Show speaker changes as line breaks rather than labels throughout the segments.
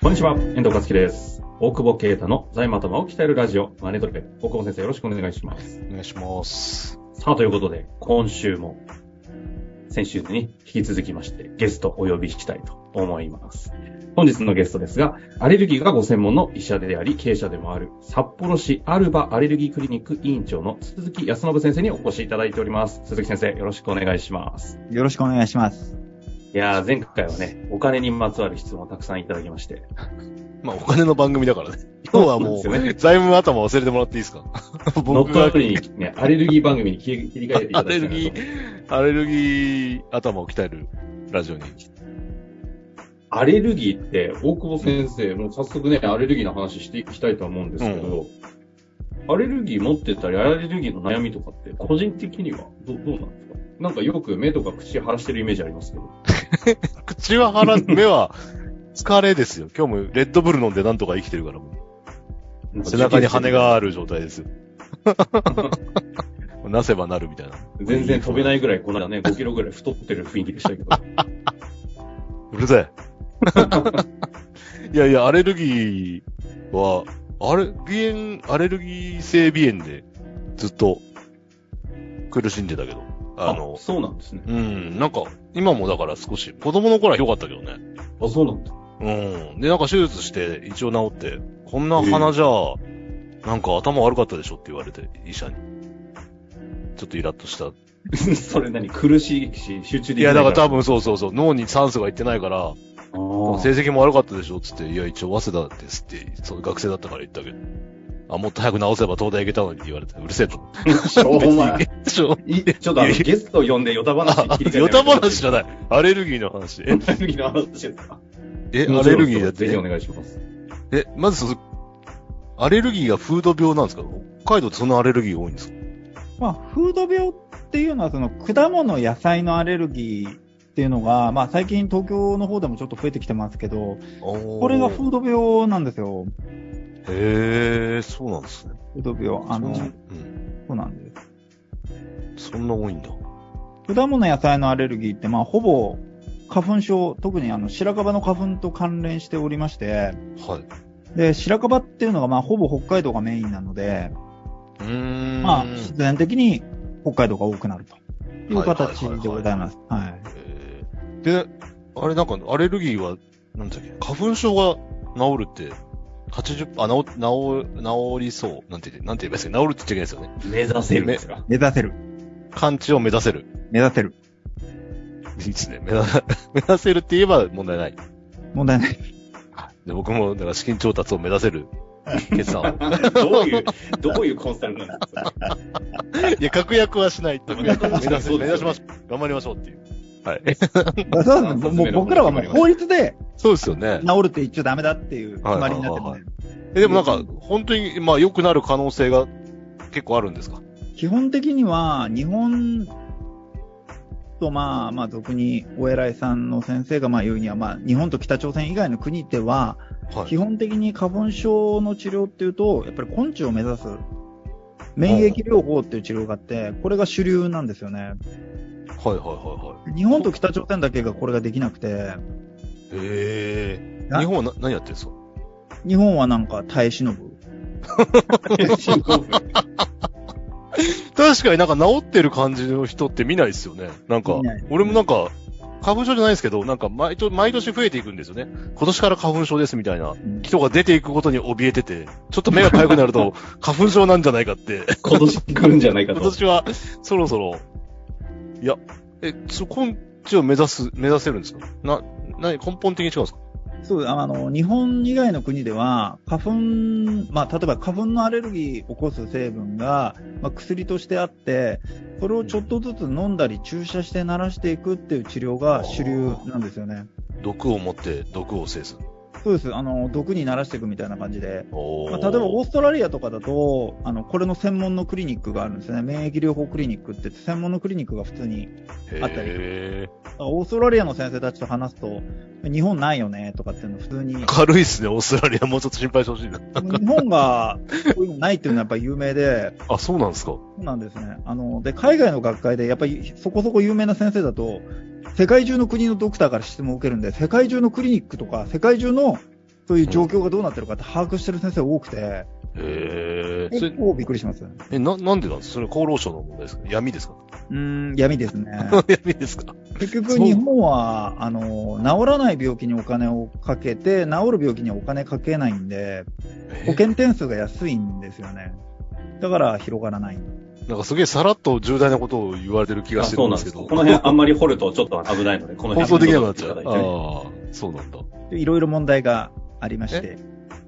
こんにちは、遠藤和樹です。大久保啓太の財務頭を鍛えるラジオ、マネトレペ。大久保先生、よろしくお願いします。
お願いします。
さあ、ということで、今週も、先週に引き続きまして、ゲストお呼びしたいと思います。本日のゲストですが、アレルギーがご専門の医者であり、経営者でもある、札幌市アルバアレルギークリニック委員長の鈴木康信先生にお越しいただいております。鈴木先生、よろしくお願いします。
よろしくお願いします。
いやー、前回はね、お金にまつわる質問をたくさんいただきまして、
まあ、お金の番組だから ね。今日はもう、
そうですよね
財務頭忘れてもらっていいですか
ノッ
僕
トア
は
プリにね、アレルギー番組に切り切り替えていただきたいなと思います
アレルギー頭を鍛えるラジオに。
アレルギーって、大久保先生、もう早速ね、アレルギーの話していきたいとは思うんですけど、アレルギー持ってたり、アレルギーの悩みとかって、個人的にはどどうなんですかなんかよく目とか口腫らしてるイメージありますけど。
口は腹、目は疲れですよ。今日もレッドブル飲んでなんとか生きて るからもう。背中に羽がある状態です よ。なせばなるみたいな。
全然飛べないぐらい、この間ね、5キロぐらい太ってる雰囲気でしたけど。
うるぜ。いやいや、アレルギーは、アレ、鼻炎、アレルギー性鼻炎でずっと苦しんでたけど。あの、
そうなんですね。
うん、なんか、今もだから少し、子供の頃は良かったけどね。
あ、そうなんだ。
うん。で、なんか手術して一応治って、こんな鼻じゃ、なんか頭悪かったでしょって言われて、医者に。ちょっとイラッとした。い
それ何苦しいし、集中できな
や、だから多
分、
分そうそうそう、脳に酸素がいってないから、
あー
成績も悪かったでしょつって、いや、一応、早稲田ですって、その学生だったから言ったけど。あ、もっと早く直せば東大行けたのにって言われて、うるせえと。
お前、
ち ょ、
いちょっとあのゲストを呼んで、ヨタ話切り替え
よた話
し
じゃない。アレルギーの話。え、
アレルギーの話ですか
えアレルギーだっ
ぜひお
て。
願いします。
え、まずその、アレルギーがフード病なんですか北海道ってそのアレルギー多いんですか
まあ、フード病っていうのは、その果物、野菜のアレルギーっていうのが、まあ、最近東京の方でもちょっと増えてきてますけど、こ
こ
れがフード病なんですよ。
へえ、そうなんですね。
フード病。あの、
そ
そ
んうん。
うなんです。
そんな多いんだ。
果物、野菜のアレルギーって、まあ、ほぼ、花粉症、特にあの、白樺の花粉と関連しておりまして、
はい。う
で、白樺っていうのが、まあ、ほぼ北海道がメインなので、
ーん。
まあ、必然的に北海道が多くなるという形でございます。はい。
えーで、あれなんか、アレルギーは、なんだっけ、花粉症が治るって、80、あ、治、治、治りそう。なんて言って、なんて言えばいいですか治るって言っちゃいけないですよね。
目指せるんですか
目指せる。
完治を目指せる。
目指せる。
いいですね。目指、 目指せるって言えば問題ない。
問題ない。
で僕も、だから資金調達を目指せる。決算を。
どういう、どういうコンサルなんですか
いや、確約はしないと。目指
確約はしな
せ
い
目指しましょう。頑張りましょうっていう。はい。
そうなんです。もう僕らはもう法律で
そうですよね。
治るって言っちゃダメだっていう決まりになってま
はいはいは
すね。
えでもなんか、本当に、まあ、良くなる可能性が結構あるんですか
基本的には日本とまあまあ俗にお偉いさんの先生がまあ言うにはまあ日本と北朝鮮以外の国では
は
基。本的に花粉症の治療っていうとやっぱり根治を目指す免疫療法っていう治療があってこれが主流なんですよね。
はいはいは
日本と北朝鮮だけがこれができなくて
いはい。へえ。
な
日本はな何やってるんですか
日本はなんか耐え 忍ぶ。
確かになんか治ってる感じの人って見ないですよね。なんか
見ない、
俺もなんか、花粉症じゃないですけど、なんか毎年、毎年増えていくんですよね。今年から花粉症ですみたいな
うん
人が出ていくことに怯えてて、ちょっと目が痒くなる と花粉症なんじゃないかって、
今年来るんじゃないか
今
と。
年はそろそろ、いや、え、そ、根治を目指す、目指せるんですかな、な、根本的に違うんですか
そうあの日本以外の国では花粉、まあ、例えば花粉のアレルギーを起こす成分が、まあ、薬としてあってそれをちょっとずつ飲んだり注射して慣らしていくっていう治療が主流なんですよね。
毒を持って毒を制す。
そうですあの毒に慣らしていくみたいな感じで、
お
まあ、例えばオーストラリアとかだとあのこれの専門のクリニックがあるんですね免疫療法クリニックって言って専門のクリニックが普通にあったり
へー
オーストラリアの先生たちと話すと日本ないよねとかっていうの普通に
軽いっすね、オーストラリア。もうちょっと心配してほしいな。
日本がこういうのないっていうのはやっぱり有名で、
あ、そうなんですか
そうなんですね。あの、で、海外の学会で、やっぱりそこそこ有名な先生だと、世界中の国のドクターから質問を受けるんで、世界中のクリニックとか、世界中のそういう状況がどうなってるかって把握してる先生多くて、
へえ。それ、
結構びっくりします。
え、な、なんでなんですかそれ厚労省の問題ですか闇ですか
うん、闇ですね。
闇ですか
結局日本は、あの、治らない病気にお金をかけて、治る病気にはお金かけないんで、保険点数が安いんですよね。だから広がらない。
なんかすげえさらっと重大なことを言われてる気が
あ
して
そ
る
うんな
で
んです
け
す
ど。
この辺あんまり掘るとちょっと危ないので、この
放
辺
送できなくなっちゃう。
いただいて
ああ、そうなんだ。
いろいろ問題がありまして。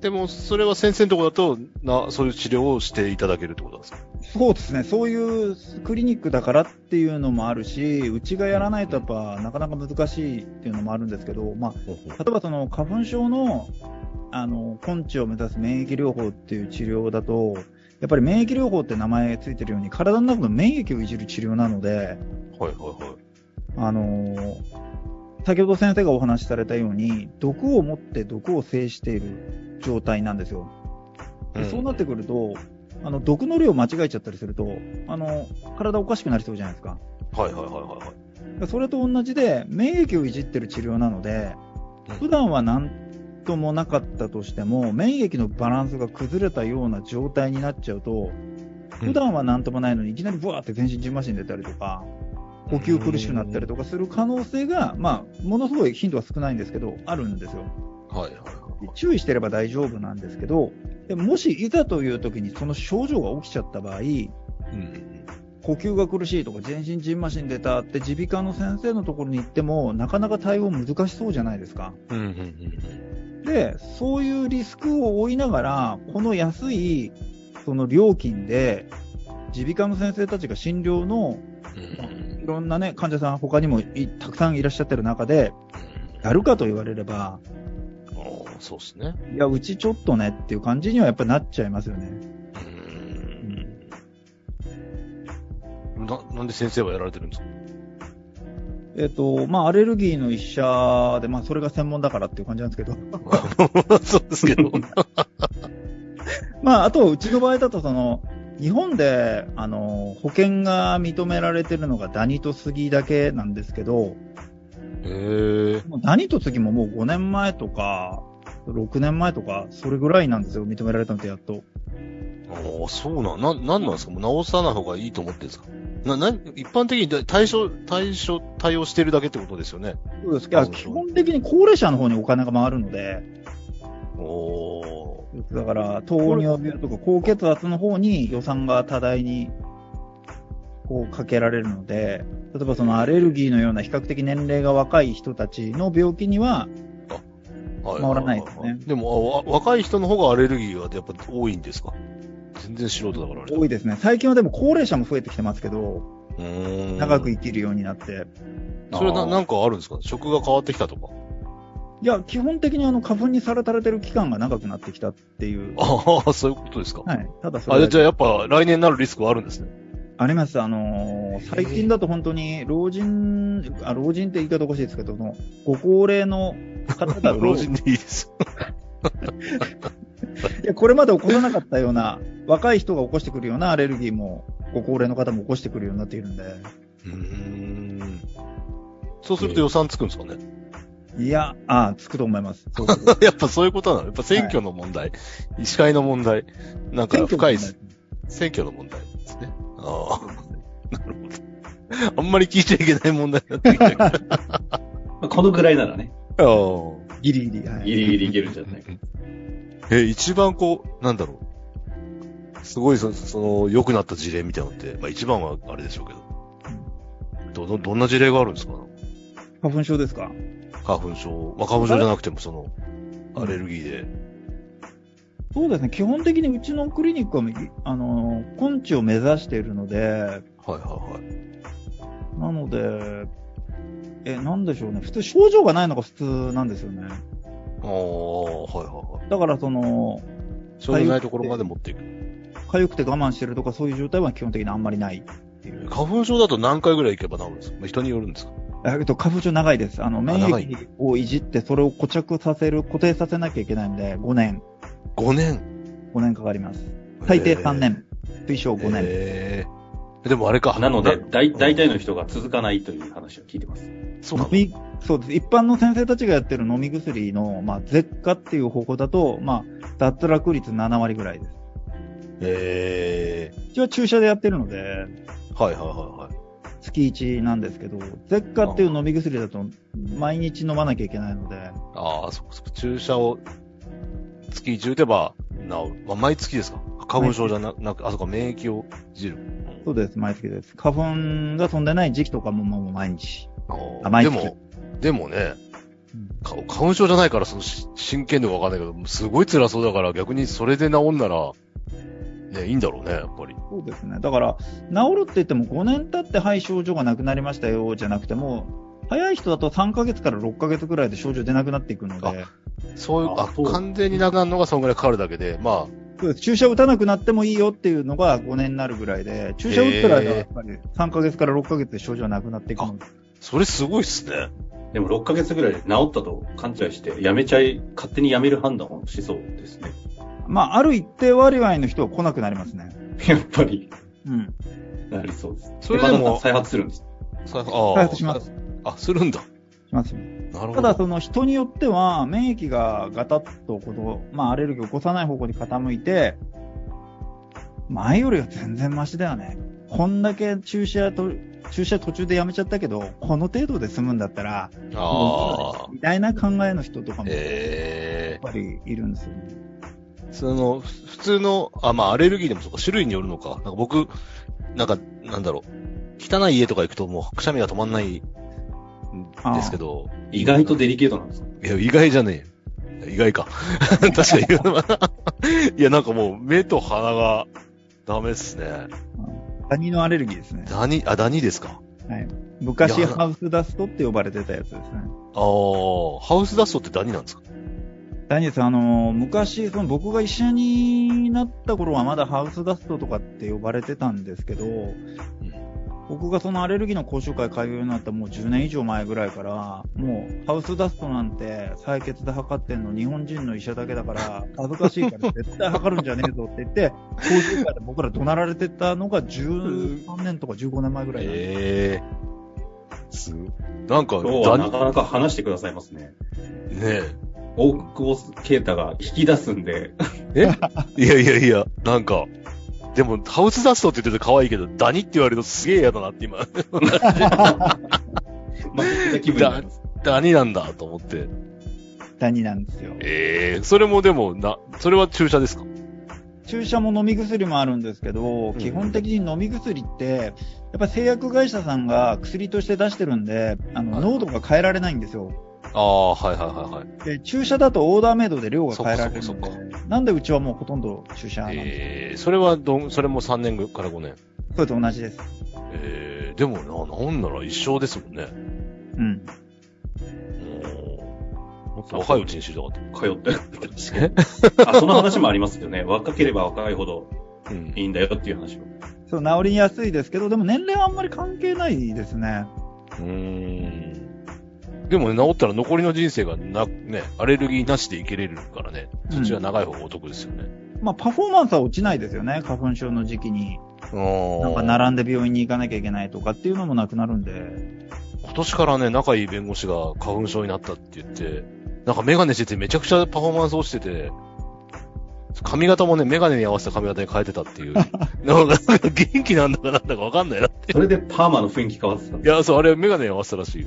でも、それは先生のところだと、な、そういう治療をしていただけるってことなんですか
そうですね。そういうクリニックだからっていうのもあるし、うちがやらないとやっぱなかなか難しいっていうのもあるんですけど、まあ、例えばその花粉症の、あの、根治を目指す免疫療法っていう治療だと、やっぱり免疫療法って名前ついてるように、体の中の免疫をいじる治療なので、
はいはいはい。
あの先ほど先生がお話しされたように、毒を持って毒を制している状態なんですよ。で
うん
そうなってくると、あの、毒の量を間違えちゃったりすると、あの、体おかしくなりそうじゃないですか。
はいはいはいはいはい。
それと同じで、免疫をいじってる治療なので
うん、
普段は何ともなかったとしても、免疫のバランスが崩れたような状態になっちゃうと、
うん
普段は何ともないのに、いきなりブワーって全身じんましん出たりとか、呼吸苦しくなったりとかする可能性が、まあ、ものすごい頻度は少ないんですけど、あるんですよ。
はいはいはい。
注意してれば大丈夫なんですけど、でもしいざという時にその症状が起きちゃった場合、
うん。
呼吸が苦しいとか全身じんましん出たって耳鼻科の先生のところに行ってもなかなか対応難しそうじゃないですか。
うんうんうん
で、そういうリスクを負いながら、この安いその料金で、耳鼻科の先生たちが診療の
うん。
いろんなね、患者さん他にもいたくさんいらっしゃってる中で、やるかと言われれば、
ああ、そうですね。
いや、うちちょっとねっていう感じにはやっぱなっちゃいますよね。
うん。な、なんで先生はやられてるんですか
えっ、と、まあ、アレルギーの医者で、まあ、それが専門だからっていう感じなんですけど、
そうですけど。
まあ、あと、うちの場合だと、その、日本で、あの、保険が認められてるのがダニとスギだけなんですけど、
へえ。
もうダニとスギももう5年前とか、6年前とか、それぐらいなんですよ、認められたのってやっと。
ああ、そうなん、な、なんなんですかもう直さない方がいいと思ってるんですかな、な、一般的にだ対象、対象、対応してるだけってことですよね。
そうですけど、基本的に高齢者の方にお金が回るので、
おー。
だから、糖尿病とか高血圧の方に予算が多大に、こう、かけられるので、例えばそのアレルギーのような比較的年齢が若い人たちの病気には、
は
回らないですね
でもあわ、若い人の方がアレルギーがやっぱ多いんですか全然素人だからあれだ
多いですね。最近はでも高齢者も増えてきてますけど、
うーん
長く生きるようになって。
それはな
あー
なんかあるんですか食が変わってきたとか。
いや、基本的にあの、花粉にさらされてる期間が長くなってきたっていう。
ああ、そういうことですか。
はい。ただそ
あ、
れ
じゃあやっぱ来年になるリスクはあるんですね。
あります。あのー最近だと本当に、老人、あ、老人って言い方おかしいですけど、その、ご高齢の方 が
老人でいいです。
いや、これまで起こらなかったような、若い人が起こしてくるようなアレルギーも、ご高齢の方も起こしてくるようになっているんで、
うーん。そうすると予算つくんですかね、
いや、ああ、つくと思います。そう
やっぱそういうことなのやっぱ選挙の問題、医師会の問題、なんか深いです。選挙の問題ですね。ああ。 なるほど。あんまり聞いちゃいけない問題になってきたけどあ
まあこのぐらいならね、
あ。
ギリギリ。はい
ギリギリいけるんじゃないか。
え、一番こう、なんだろう。すごいそ、その、良くなった事例みたいなのって、まあ一番はあれでしょうけど。ど、ど、どんな事例があるんですか
花粉症ですか
花粉症。まあ花粉症じゃなくても、その、アレルギーで。
そうですね。基本的にうちのクリニックは、あのー、根治を目指しているので、
はいはいはい。
なので、え、なんでしょうね。普通、症状がないのが普通なんですよね。
ああ、はいはいはい。
だから、その、
症状ないところまで持っていく。
痒くて我慢してるとか、そういう状態は基本的にあんまりない。
花粉症だと何回ぐらい行けば治るんですか、まあ、人によるんですか
えっと、花粉症長いです。あの、免
長い
疫をいじって、それを固着させる、固定させなきゃいけないんで、5年、
?5 年。
5年かかります。最低3年、推奨5年。
えでもあれか。
なので、
な
大大体の人が続かないという話を聞いてます。
そうな
飲
の
み、そうです。一般の先生たちがやってる飲み薬の、まあ、舌下っていう方法だと、まあ、脱落率7割ぐらいです。
ええ
うちは注射でやってるので、
はいはいはいはい。
月1なんですけど、舌下っていう飲み薬だと、毎日飲まなきゃいけないので、
ああ、そっかそっか注射を月1打てば治る。あ、毎月ですか花粉症じゃななく、あ、そっか、免疫をいじる。うん
そうです、毎月です。花粉が飛んでない時期とかももう毎日。
あ
あ
ー
毎
で
月
も、でもね
うん、
か花粉症じゃないから、そのし真剣度がわかんないけど、すごい辛そうだから、逆にそれで治んなら、ね、いいんだろうね、やっぱり。
そうですね。だから、治るって言っても5年経って、はい、症状がなくなりましたよ、じゃなくても、早い人だと3ヶ月から6ヶ月ぐらいで症状出なくなっていくので、
そういう、
あ
あ
そう
完全になくなるのがそんぐらいかかるだけで、まあ、
そうです注射打たなくなってもいいよっていうのが5年になるぐらいで、注射打ったらやっぱり3ヶ月から6ヶ月で症状なくなっていくので、
それすごいっすね。
でも6ヶ月ぐらいで治ったと勘違いして、やめちゃい、勝手にやめる判断をしそうですね。
まあ、ある一定割合の人は来なくなりますね。
やっぱり、
うん。
なりそうです。
それでも
また再発するんです。
さあ
開発します。
あ、するんだ。
しますよ
なるほど。
ただ、その人によっては、免疫がガタッとこと、まあ、アレルギーを起こさない方向に傾いて、前よりは全然マシだよね。こんだけ注射と、注射途中でやめちゃったけど、この程度で済むんだったら、
ああ。
みたいな考えの人とかも、やっ
ええ
ぱりいるんですよね。
その、ふ普通の、あ、まあ、アレルギーでもそうか、種類によるのか。なんか僕、なんか、なんだろう。汚い家とか行くともう、くしゃみが止まんない、ですけど。
意外とデリケートなんですよ。
いや、意外じゃねえ。意外か。 確かに言うな。いや、なんかもう、目と鼻が、ダメっすね。
ダニのアレルギーですね。
ダニ、あ、ダニですか。い
昔
や
ハウスダストって呼ばれてたやつですね。
ああ、ハウスダストってダニなんですか
ダニエルさん、あのー昔、その僕が医者になった頃はまだハウスダストとかって呼ばれてたんですけど、僕がそのアレルギーの講習会通うようになったもう10年以上前ぐらいから、もうハウスダストなんて採血で測ってんの日本人の医者だけだから、恥ずかしいから絶対測るんじゃねえぞって言って、講習会で僕ら怒鳴られてたのが13年とか15年前ぐらいなんで
ええすなんか、
今日は
ダニ
な、かなか話してくださいますね。
ね
大久保啓太が引き出すんで、
え。いやいやいや、なんか、でも、ハウスダストって言ってて可愛いけど、ダニって言われるとすげえ嫌だな って今、
負けた気分になります。
ダニなんだと思って。
ダニなんですよ。
ええそれもでも、な、それは注射ですか
注射も飲み薬もあるんですけど、
ん
基本的に飲み薬って、やっぱ製薬会社さんが薬として出してるんで、あ
は
の
い
濃度が変えられないんですよ。
ああ、はいはいはいはい。
で注射だとオーダーメイドで量が変えられる
そっか
ので
そっか、
なんでうちはもうほとんど注射なんで、
ええそれはどん、それも3年から5年。
それと同じです。
ええでもな、なんなら一生ですもんね。
うん。
うんもっと若いうちに知りたかっ
通って。あ、その話もありますよね。若ければ若いほど
た。うん
いいんだよっていう話を。
そう、治りやすいですけど、でも年齢はあんまり関係ないですね。
うーん。でもね、治ったら残りの人生がな、ね、アレルギーなしで生きれるからね、そっちは長い方がお得ですよね。
まあ、パフォーマンスは落ちないですよね。花粉症の時期に。
うん
なんか並んで病院に行かなきゃいけないとかっていうのもなくなるんで。
今年からね、仲いい弁護士が花粉症になったって言って、なんかメガネしててめちゃくちゃパフォーマンス落ちてて、髪型もね、メガネに合わせた髪型に変えてたっていう。 なんか元気なんだかなんだかわかんないな。い
それでパーマの雰囲気変わってたんで
や、そう、あれメガネに合わせたらしい。
ち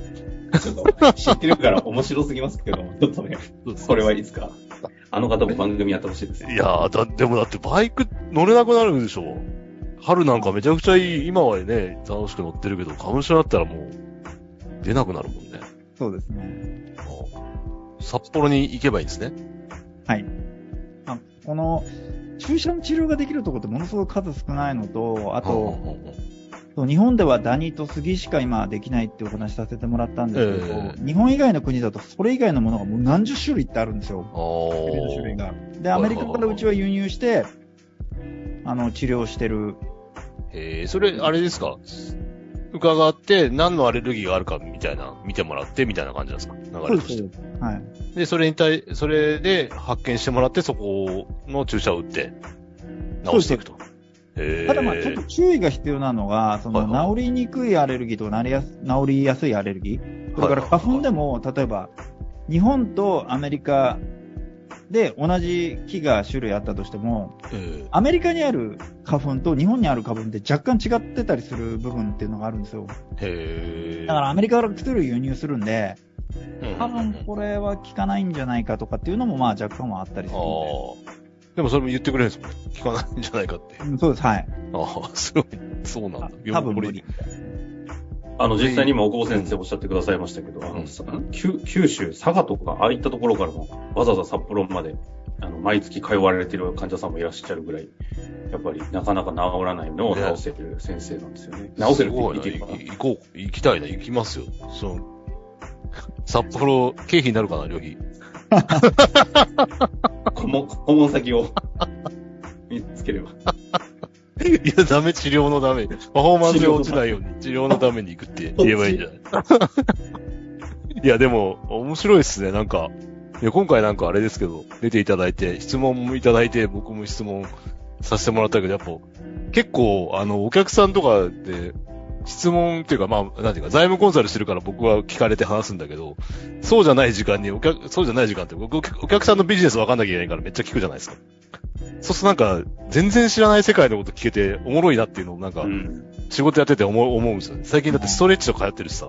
ょっ と知ってるから面白すぎますけど、ちょっとね、それはいつか。あの方も番組やってほしいですね。
いやー、だ、でもだってバイク乗れなくなるでしょ春なんかめちゃくちゃいい、今はね、楽しく乗ってるけど、花粉症だったらもう、出なくなるもんね。
そうですね。
あ札幌に行けばいいんですね。
まあこの注射の治療ができるところってものすごく数少ないのと、あと、
うんうんうん
そう日本ではダニとスギしか今できないってお話しさせてもらったんですけど、
え
日本以外の国だとそれ以外のものがもう何十種類ってあるんですよ。
あ
薬の種類
ー
が。で、アメリカからうちは輸入して、あの、治療してる。
えー、それ、あれですか伺って、何のアレルギーがあるかみたいな、見てもらってみたいな感じなんですか流れとして。
です。はい。
で、それに対、それで発見してもらって、そこの注射を打って、治していくと。へ
ただまあちょっと注意が必要なのが、そ
はいは
の治りにくいアレルギーとなりやす治りやすいアレルギー、それから
はいはいはい
花粉でも、例えば日本とアメリカで同じ木が種類あったとしても、
と、え
アメリカにある花粉と日本にある花粉って若干違ってたりする部分っていうのがあるんですよ。
ーへえ。
だからアメリカから薬を輸入するんで、
うん
多分これは効かないんじゃないかとかっていうのもまあ若干はあったりするんで。
ああ。でもそれも言ってくれるんですもんね。聞かないんじゃないかって。
うんそうです、はい。
ああ、すごい。そうなんだ。
多分
こ
無
れ
理。
あの、実際にも大久保先生おっしゃってくださいましたけど、あの、さ九九州、佐賀とか、ああいったところからも、わざわざ札幌まで、あの、毎月通われている患者さんもいらっしゃるぐらい、やっぱり、なかなか治らないのを
ね
治せる先生なんですよね。治せるって言っていい
す
の
ご
か
いな行こう。行きたいな。行きますよ。その、札幌、経費になるかな、旅費。
な顧問、顧問先を 見つければ。
いや、ダメ、治療のダメ。パフォーマンスが落ちないように、治療のために行くって言えばいいんじゃない いや、でも、面白いですね、なんか。いや、今回なんかあれですけど、出ていただいて、質問もいただいて、僕も質問させてもらったけど、やっぱ、結構、あの、お客さんとかで、質問っていうか、まあ、なんていうか、財務コンサルしてるから僕は聞かれて話すんだけど、そうじゃない時間に、お客、そうじゃない時間って、僕、お客お客さんのビジネス分かんなきゃいけないからめっちゃ聞くじゃないですか。そうするとなんか、全然知らない世界のこと聞けて、おもろいなっていうのをなんか
う、ん。
仕事やってて思う思うんですよね。最近だってストレッチとか流行ってるしさ。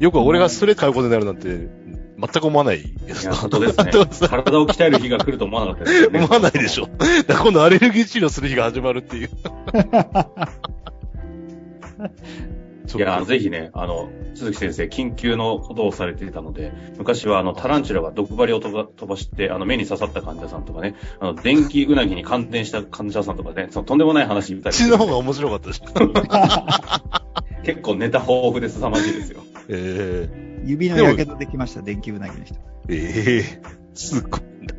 よく俺がストレッチ通うことになるなんて、全く思わないけど
い
さ
や、本当ですね
本当です。
体を鍛える日が来ると思わなかったですよね。
思わないでしょ。だから今度アレルギー治療する日が始まるっ ていう。ちょ
い
っと
や、ぜひね、あの、鈴木先生、緊急のことをされていたので、昔はあの、タランチュラが毒針を飛ば飛ばして、あの、目に刺さった患者さんとかね、あの、電気うなぎに感電した患者さんとかね、そのとんでもない話言った
こっ
り
ちの方が面白かったでしょ。
結構ネタ豊富で凄まじいですよ。
ええ
指のやけどできました、電気うなぎの人。
ええすごいな。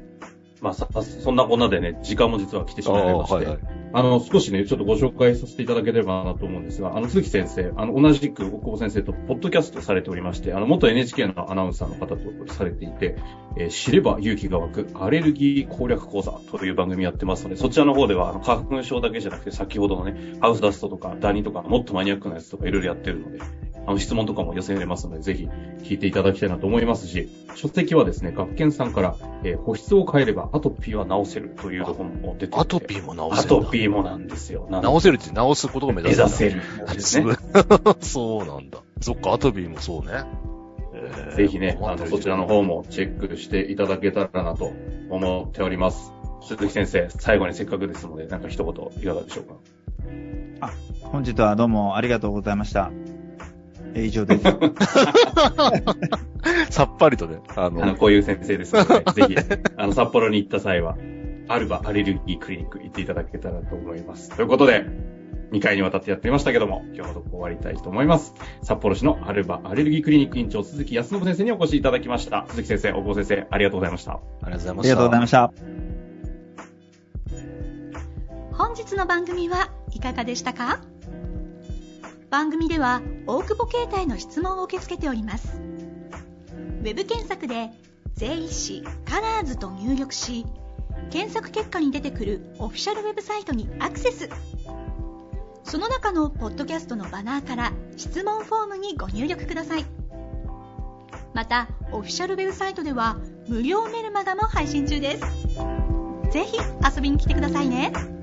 まあ、さ、そんなこんなでね、時間も実は来てし
あ
まい
あ、
まして、
はいはい。
あの、少しね、ちょっとご紹介させていただければなと思うんですが、あの、鈴木先生、あの、同じく、大久保先生と、ポッドキャストされておりまして、あの、元 NHK のアナウンサーの方とされていて、えー知れば勇気が湧く、アレルギー攻略講座という番組やってますので、そちらの方では、あの、花粉症だけじゃなくて、先ほどのね、ハウスダストとか、ダニとか、もっとマニアックなやつとか、いろいろやってるので、あの、質問とかも寄せられますので、ぜひ、聞いていただきたいなと思いますし、書籍はですね、学研さんから、えー保湿を変えれば、アトピーは治せるというところも出ていて
アトピーも直
ア
せるん
ト
だ。
ピーもなんですよ。なの
直せるって直すことが目
目
指せる
指
んだ。
せる。
す
ね
ごい そうなんだ。そっか、アトビーもそうね。えー
ぜひね、あ
アト
の、
ビー
そちらの方もチェックしていただけたらなと思っております。鈴木先生、最後にせっかくですので、なんか一言いかがでしょうか
本日はどうもありがとうございました。えー以上です。
さっぱりとね、あ
あの、
の、
こういう先生ですので、 ぜひ、あの、札幌に行った際は、アルバアレルギークリニック行っていただけたらと思います。ということで、2回にわたってやってみましたけども、今日のとこ終わりたいと思います。札幌市のアルバアレルギークリニック院長、鈴木康信先生にお越しいただきました。鈴木先生、大久保先生、ありがとうございました。
ありがとうござい
あ
ま
り
し
がとうござい
た。
ました。
本日の番組はいかがでしたか番組では大久保携帯の質問を受け付けておりますウェブ検索で「税理士カラーズと入力し検索結果に出てくるオフィシャルウェブサイトにアクセスその中のポッドキャストのバナーから質問フォームにご入力くださいまたオフィシャルウェブサイトでは無料メルマガも配信中ですぜひ遊びに来てくださいね